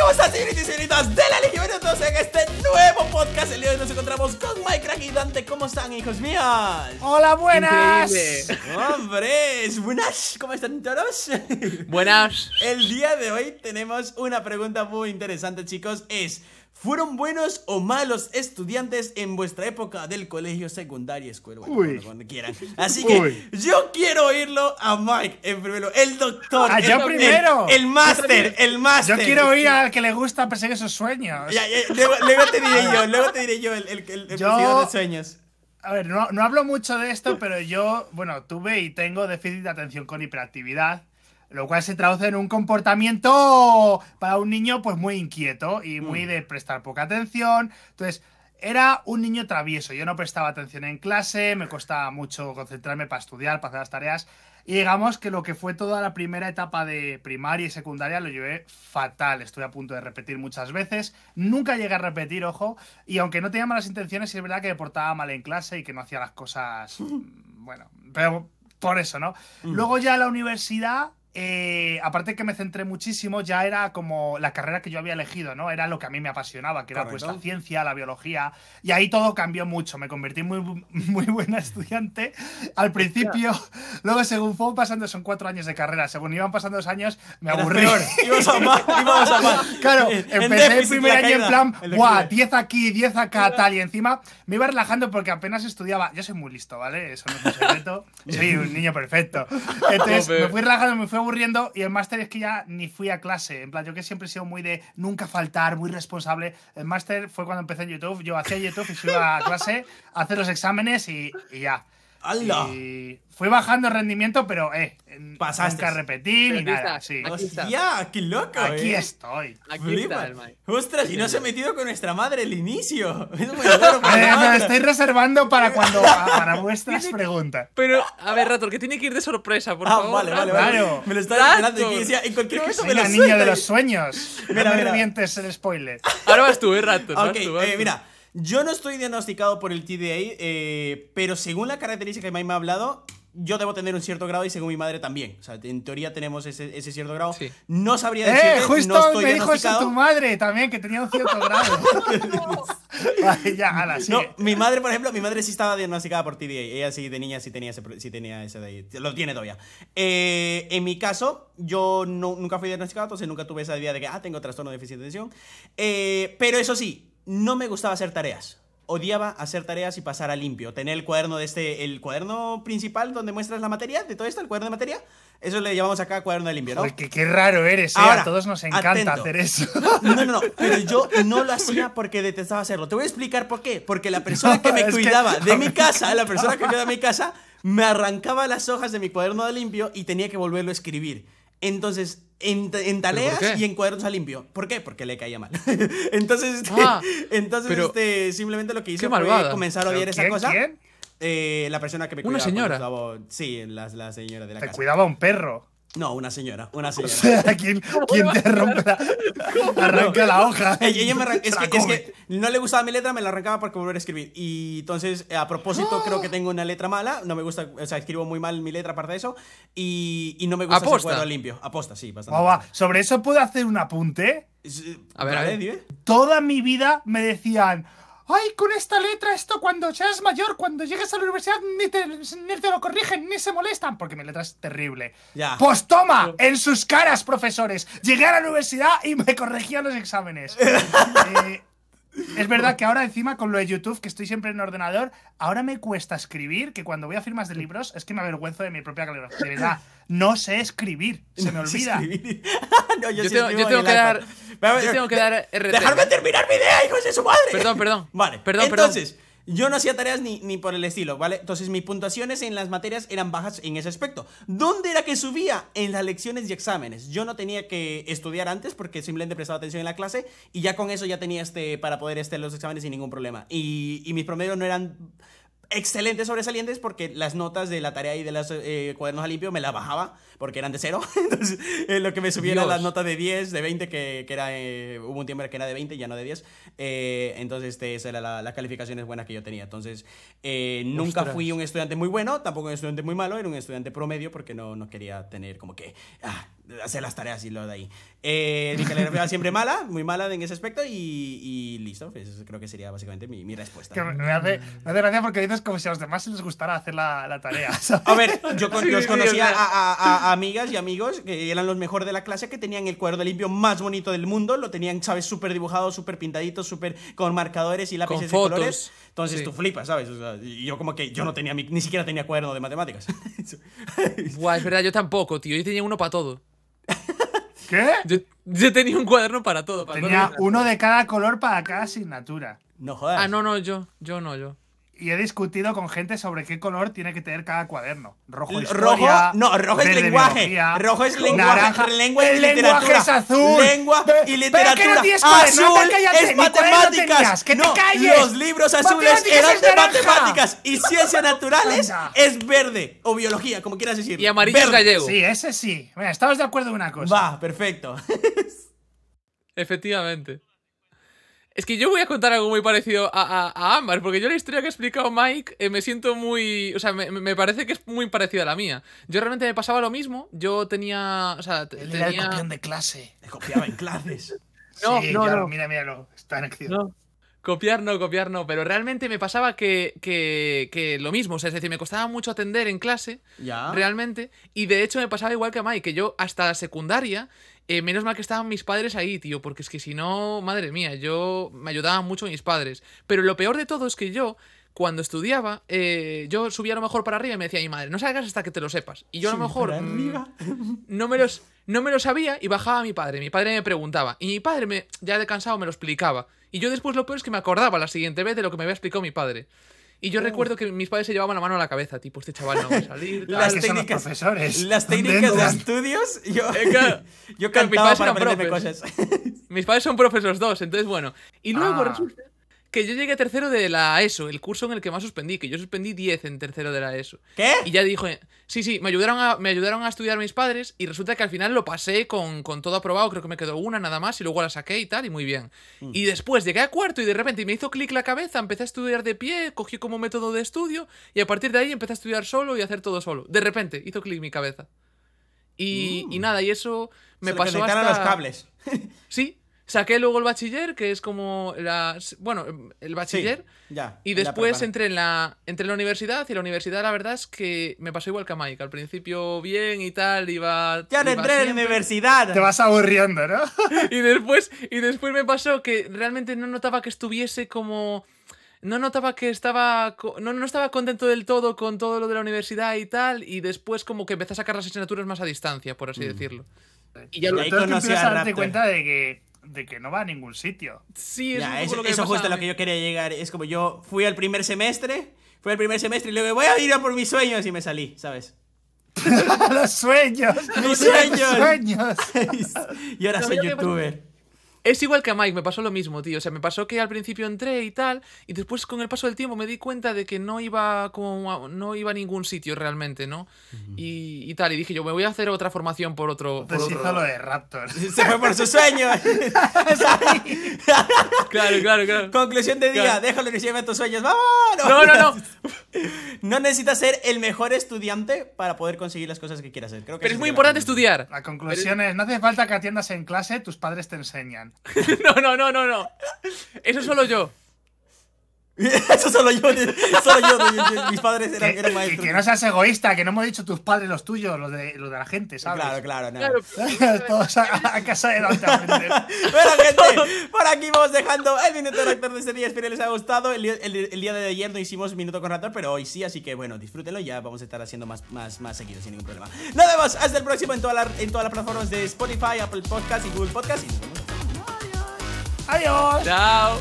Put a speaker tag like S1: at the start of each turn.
S1: Cosas señoritas y señoritas de la Legión entonces en este nuevo podcast El día de hoy nos encontramos con Mike Crack y Dante ¿Cómo están, hijos míos?
S2: Hola, buenas.
S3: Increíble.
S1: ¡Hombres! ¡Buenas! ¿Cómo están todos?
S3: Buenas.
S1: El día de hoy tenemos una pregunta muy interesante, chicos Es, ¿fueron buenos o malos estudiantes en vuestra época del colegio secundario, escuela? Bueno,
S2: Uy.
S1: bueno, cuando quieran Así que
S2: Uy.
S1: yo quiero oírlo a Mike en primero El doctor
S2: Ah,
S1: el,
S2: yo
S1: el-
S2: primero.
S1: El, máster, el
S2: Yo
S1: máster
S2: quiero oír al que le gusta perseguir sus sueños.
S1: Este, Ya, ya, luego, luego te diré yo, luego te diré yo el, el, el- el
S2: Yo-
S1: perseguidor de sueños.
S2: A ver, no, no hablo mucho de esto, pero yo, bueno, tuve y tengo déficit de atención con hiperactividad, lo cual se traduce en un comportamiento para un niño pues muy inquieto y muy de prestar poca atención. Entonces, era un niño travieso, yo no prestaba atención en clase, me costaba mucho concentrarme para estudiar, para hacer las tareas. Y digamos que lo que fue toda la primera etapa de primaria y secundaria lo llevé fatal. Estuve a punto de repetir muchas veces. Nunca llegué a repetir, ojo. Y aunque no tenía malas intenciones, sí es verdad que me portaba mal en clase y que no hacía las cosas. mm, Bueno, pero por eso, ¿no? Luego ya en la universidad. eh, aparte que me centré muchísimo, ya era como la carrera que yo había elegido, ¿no? Era lo que a mí me apasionaba, que era pues
S1: Correcto.
S2: la ciencia, la biología, y ahí todo cambió mucho. Me convertí en muy, bu- muy buena estudiante al principio. Luego, según fueron pasando, son cuatro años de carrera, según iban pasando los años, me
S1: Era
S2: aburrí.
S1: peor, Íbamos a más, íbamos a más.
S2: Claro,
S1: En- en
S2: empecé el
S1: déficit,
S2: primer
S1: la
S2: año en
S1: caída,
S2: plan,
S1: el
S2: guau,
S1: déficit.
S2: 10 aquí, 10 acá, tal, y encima me iba relajando porque apenas estudiaba. Yo soy muy listo, ¿vale? Eso no es un secreto. Soy un niño perfecto. Entonces,
S3: Joder.
S2: me fui relajando, me fui aburriendo, y el máster es que ya ni fui a clase. En plan, yo que siempre he sido muy de nunca faltar, muy responsable. El máster fue cuando empecé en YouTube. Yo hacía YouTube y se iba a clase a hacer los exámenes y, y ya.
S1: ¡Hala!
S2: Y fui bajando el rendimiento, pero, eh,
S1: Pasaste.
S2: nunca repetí ni
S3: Pero aquí
S2: nada.
S3: estás.
S2: Sí.
S3: Aquí está.
S1: ¡Hostia! ¡Qué loco!
S2: Aquí
S1: eh.
S2: estoy.
S3: Aquí
S1: Flipa.
S3: está el Mike.
S1: Ostras, y no se ha metido con nuestra madre el inicio. Es muy raro.
S2: A
S1: para
S2: ver,
S1: la
S2: me lo
S1: madre.
S2: estoy reservando para cuando para vuestras preguntas.
S3: Pero, a ver, Rator, que tiene que ir de sorpresa, por
S1: Ah,
S3: favor.
S1: vale, vale,
S3: Rator.
S1: vale.
S2: Claro.
S1: Me lo está
S3: Rato.
S1: esperando aquí. decía, en cualquier momento me lo
S2: Venga, niño de
S1: suelta y-
S2: los sueños. No
S1: Mira,
S2: me
S1: mira.
S2: revientes el spoiler.
S3: Ahora vas tú, eh, Rator.
S1: Ok,
S3: vas tú, vas
S1: eh,
S3: tú.
S1: mira, yo no estoy diagnosticado por el TDA, eh, pero según la característica que Mike me ha hablado, yo debo tener un cierto grado y según mi madre también. O sea, en teoría tenemos ese, ese cierto grado.
S3: Sí.
S1: No sabría decirte,
S2: Eh, justo
S1: no
S2: hoy
S1: estoy
S2: me dijo eso
S1: diagnosticado.
S2: tu madre también, que tenía un cierto grado. vale, ya, ala, sí.
S1: No, mi madre, por ejemplo, mi madre sí estaba diagnosticada por TDA. Ella sí de niña sí tenía ese, pro- sí tenía ese de ahí. Lo tiene todavía. Eh, en mi caso, yo no- nunca fui diagnosticado, entonces nunca tuve esa idea de que, ah, tengo trastorno de déficit de atención. Eh, pero eso sí, no me gustaba hacer tareas. Odiaba hacer tareas y pasar a limpio. Tener el cuaderno de este, el cuaderno principal donde muestras la materia, de todo esto, el cuaderno de materia. Eso le llamamos acá cuaderno de limpio, ¿no?
S2: Porque qué raro eres, eh.
S1: Ahora,
S2: a todos nos encanta
S1: atento.
S2: hacer eso.
S1: No, no, no, pero yo no lo hacía porque detestaba hacerlo. Te voy a explicar por qué. Porque la persona que me
S2: Es que-
S1: cuidaba de mi casa, la persona que cuidaba de mi casa, me arrancaba las hojas de mi cuaderno de limpio y tenía que volverlo a escribir. Entonces, en, en
S3: qué?
S1: taleas y en cuadernos a limpio. ¿Por qué? Porque le caía mal. entonces, este,
S3: Ah,
S1: entonces
S3: pero-
S1: este, simplemente lo que hice
S3: qué
S1: fue
S3: malvada.
S1: comenzar a
S2: ¿Pero
S1: odiar esa
S2: quién,
S1: cosa.
S2: quién?
S1: Eh, la persona que me cuidaba.
S3: ¿Una
S1: cuando
S3: señora?
S1: estaba- sí, la, la señora de la
S2: Te
S1: casa.
S2: cuidaba un perro.
S1: No, una señora, una
S2: O
S1: señora.
S2: sea, ¿quién, quién te rompe la, arranca la hoja?
S1: Ella, ella me arran-
S2: Se
S1: es,
S2: la
S1: que, es
S2: come.
S1: que no le gustaba mi letra, me la arrancaba para volver a escribir. Y entonces, eh, a propósito, creo que tengo una letra mala. No me gusta, o sea, escribo muy mal mi letra aparte de eso. Y, y no me gusta hacer
S3: Aposta.
S1: cuadro limpio. Aposta, sí, bastante.
S2: Guau, guau. Sobre eso puedo hacer un apunte.
S1: Es- eh,
S3: A ver, a
S1: vale,
S3: ver.
S1: dime.
S2: toda mi vida me decían, ay, con esta letra esto cuando seas mayor, cuando llegues a la universidad, ni te, ni te lo corrigen, ni se molestan, porque mi letra es terrible.
S1: Ya.
S2: Pues toma, en sus caras, profesores. Llegué a la universidad y me corregían los exámenes. Eh, es verdad que ahora encima con lo de YouTube, que estoy siempre en ordenador, ahora me cuesta escribir, que cuando voy a firmas de libros es que me avergüenzo de mi propia calidad. De verdad, no sé escribir, se me
S1: No sé
S2: olvida.
S1: escribir. no, yo,
S3: Yo
S1: sí
S3: tengo,
S1: escribo
S3: yo
S1: en el
S3: tengo que
S1: iPad.
S3: dar.
S1: Pero, a ver,
S3: Yo tengo que dar RT.
S1: ¡Dejadme terminar mi idea, hijos de su madre!
S3: Perdón, perdón.
S1: Vale,
S3: Perdón, perdón.
S1: entonces, yo no hacía tareas ni, ni por el estilo, ¿vale? Entonces, mis puntuaciones en las materias eran bajas en ese aspecto. ¿Dónde era que subía? En las lecciones y exámenes. Yo no tenía que estudiar antes porque simplemente prestaba atención en la clase y ya con eso ya tenía este para poder este, los exámenes sin ningún problema. Y, y mis promedios no eran excelentes sobresalientes porque las notas de la tarea y de los eh, cuadernos a limpio me las bajaba porque eran de cero. Entonces, eh, lo que me subía era
S3: Dios.
S1: las notas de 10, de 20, que, que era. eh, hubo un tiempo que era de 20, ya no de 10. Eh, entonces, este, esas eran la- las calificaciones buenas que yo tenía. Entonces, eh, nunca
S3: Ostras.
S1: fui un estudiante muy bueno, tampoco un estudiante muy malo, era un estudiante promedio porque no, no quería tener como que. ah, hacer las tareas y lo de ahí. Eh, mi caligrafía siempre mala, muy mala en ese aspecto y, y listo. Pues, eso creo que sería básicamente mi, mi respuesta.
S2: Que me, hace, me hace gracia porque dices como si a los demás les gustara hacer la, la tarea. ¿sabes?
S1: A ver, yo con-
S3: Sí,
S1: los
S3: sí,
S1: conocía
S3: o sea.
S1: a, a- a- a amigas y amigos que eran los mejores de la clase, que tenían el cuaderno limpio más bonito del mundo, lo tenían, ¿sabes? Súper dibujado, súper pintadito, súper con marcadores y lápices de
S3: fotos.
S1: colores. Entonces
S3: Sí.
S1: tú flipas, ¿sabes? O sea, y yo como que yo no tenía, mi- ni siquiera tenía cuaderno de matemáticas.
S3: Buah, es verdad, yo tampoco, tío. Yo tenía uno para todo.
S2: ¿Qué?
S3: Yo, yo tenía un cuaderno para todo. para
S2: Tenía
S3: todo.
S2: uno de cada color para cada asignatura.
S1: no jodas.
S3: Ah, no, no, yo. Yo no, yo.
S2: Y he discutido con gente sobre qué color tiene que tener cada cuaderno. Rojo,
S1: L- rojo,
S2: historia,
S1: no, rojo es
S2: verde,
S1: lenguaje.
S2: biología,
S1: rojo es lenguaje,
S2: naranja.
S1: lengua y
S2: el lenguaje
S1: literatura.
S2: es azul.
S1: Lengua
S2: Pero-
S1: y
S2: Pero que no
S1: literatura.
S2: tienes
S1: azul
S2: cuaderno, anda, cállate,
S1: es
S2: ni cuaderno
S1: matemáticas.
S2: tenías, que
S1: no,
S2: te calles.
S1: los libros azules
S2: Matemáticas
S1: eran
S2: es
S1: de
S2: naranja.
S1: matemáticas y ciencias naturales
S2: Anda.
S1: es verde o biología, como quieras decirlo.
S3: Y amarillo es
S1: Verde.
S3: gallego.
S2: Sí, ese sí. Mira, estamos de acuerdo en una cosa.
S1: Va, perfecto.
S3: Efectivamente. Es que yo voy a contar algo muy parecido a, a- a ambas, porque yo la historia que ha explicado Mike eh, me siento muy... O sea, me, me parece que es muy parecida a la mía. Yo realmente me pasaba lo mismo. Yo tenía... O sea, te-
S2: Él era el
S3: tenía...
S2: copión de clase.
S1: Me copiaba en clases.
S3: No,
S2: sí,
S3: no,
S2: claro,
S3: no.
S2: mira, míralo. Está en acción.
S3: No. Copiar no, copiar no, pero realmente me pasaba que, que, que lo mismo, o sea, es decir, me costaba mucho atender en clase,
S1: Ya.
S3: realmente, y de hecho me pasaba igual que a Mike, que yo hasta la secundaria, eh, menos mal que estaban mis padres ahí, tío, porque es que si no, madre mía, yo me ayudaban mucho mis padres, pero lo peor de todo es que yo, cuando estudiaba, eh, yo subía a lo mejor para arriba y me decía mi madre, no salgas hasta que te lo sepas, y yo a lo
S1: Sí,
S3: mejor...
S1: para
S3: mm,
S1: arriba.
S3: no me los no me lo sabía y bajaba a mi padre. Mi padre me preguntaba. Y mi padre, me, ya de cansado, me lo explicaba. Y yo después lo peor es que me acordaba la siguiente vez de lo que me había explicado mi padre. Y yo recuerdo que mis padres se llevaban la mano a la cabeza, tipo, este chaval no va a salir. tal.
S1: Las
S2: que son los
S1: técnicas-
S2: profesores.
S1: Las
S2: ¿Dónde
S1: técnicas de
S2: entran?
S1: estudios, yo,
S3: claro.
S1: yo
S3: Claro,
S1: cantaba
S3: mis padres
S1: para
S3: eran
S1: aprenderme
S3: profes.
S1: cosas.
S3: Mis padres son profes los dos, entonces bueno. Y luego
S2: Ah.
S3: resulta que yo llegué a tercero de la ESO, el curso en el que más suspendí, que yo suspendí 10 en tercero de la E ESO.
S1: ¿Qué?
S3: Y ya dijo, eh, sí, sí, me ayudaron a, me ayudaron a estudiar mis padres y resulta que al final lo pasé con, con todo aprobado, creo que me quedó una nada más y luego la saqué y tal, y muy bien.
S1: Mm.
S3: Y después llegué a cuarto y de repente me hizo clic la cabeza, empecé a estudiar de pie, cogí como método de estudio y a partir de ahí empecé a estudiar solo y a hacer todo solo. De repente hizo clic mi cabeza. Y, y nada, y eso
S1: Mm. Se
S3: me
S1: le
S3: pasó
S1: conectaron
S3: hasta...
S1: los cables.
S3: Sí, saqué luego el bachiller, que es como las... Bueno, el bachiller...
S1: Sí, ya.
S3: Y
S1: en la
S3: después
S1: prepa.
S3: entré en, la, entré en la universidad y la universidad la verdad es que me pasó igual que a Mike. Al principio bien y tal, iba...
S1: Ya no
S3: iba
S1: entré en la
S3: siempre.
S1: universidad.
S2: Te vas aburriendo, ¿no?
S3: Y después, y después me pasó que realmente no notaba que estuviese como... No notaba que estaba... co- No, no estaba contento del todo con todo lo de la universidad y tal. Y después como que empecé a sacar las asignaturas más a distancia, por
S1: Mm.
S3: así decirlo. Y ya
S1: lo-
S3: lo...
S1: ahí
S2: Entonces te
S1: conocí
S2: empiezas
S1: a
S2: a darte
S1: Raptor.
S2: cuenta de que, de que no va a ningún sitio.
S3: Sí, es un
S1: Ya,
S3: poco
S1: eso,
S3: lo que eh. me
S1: eso justo
S3: pasaba
S1: a
S3: a
S1: lo
S3: mí.
S1: que yo quería llegar. Es como yo fui al primer semestre, fui al primer semestre y luego voy a ir a por mis sueños y me salí, ¿sabes?
S2: los sueños.
S1: Mis
S2: sueños.
S1: sueños.
S2: sueños.
S1: y ahora
S3: No,
S1: soy
S3: yo creo que-
S1: youtuber.
S3: Es igual que a Mike, me pasó lo mismo, tío. O sea, me pasó que al principio entré y tal, y después con el paso del tiempo me di cuenta de que no iba como a- no iba a ningún sitio realmente, ¿no? y, y tal, y dije yo, me voy a hacer otra formación por otro. Por
S2: Entonces
S3: otro
S2: hizo lo
S3: lado".
S2: de Raptor.
S1: Se fue por sus sueños.
S3: Claro, claro, claro.
S1: Conclusión de día,
S3: Claro.
S1: déjalo que se lleve tus sueños. ¡Vámonos!
S3: No, no, no.
S1: No necesitas ser el mejor estudiante para poder conseguir las cosas que quieras hacer. Creo que
S3: Pero
S1: esa
S3: es muy
S1: la-
S3: importante estudiar.
S2: La conclusión es, no hace falta que atiendas en clase, tus padres te enseñan.
S3: No, no, no, no, no. Eso solo yo.
S1: Eso solo yo, solo yo. Mis padres eran,
S2: Que,
S1: eran
S2: que-
S1: maestros.
S2: que no seas egoísta, que no hemos dicho tus padres, los tuyos, los de, los de la gente, ¿sabes?
S1: Claro, claro, no.
S3: Claro.
S2: Todos a, a casa de donde aprender.
S1: Bueno, gente, por aquí vamos dejando el minuto de Raptor de este día. Espero que les haya gustado. El, el- el día de ayer no hicimos minuto con Raptor, pero hoy sí, así que bueno, disfrútenlo. Ya vamos a estar haciendo más, más, más seguido sin ningún problema. Nos vemos hasta el próximo en, toda la- en todas las plataformas de Spotify, Apple Podcast y Google Podcast. Y nos vemos.
S2: Adiós.
S3: Chao.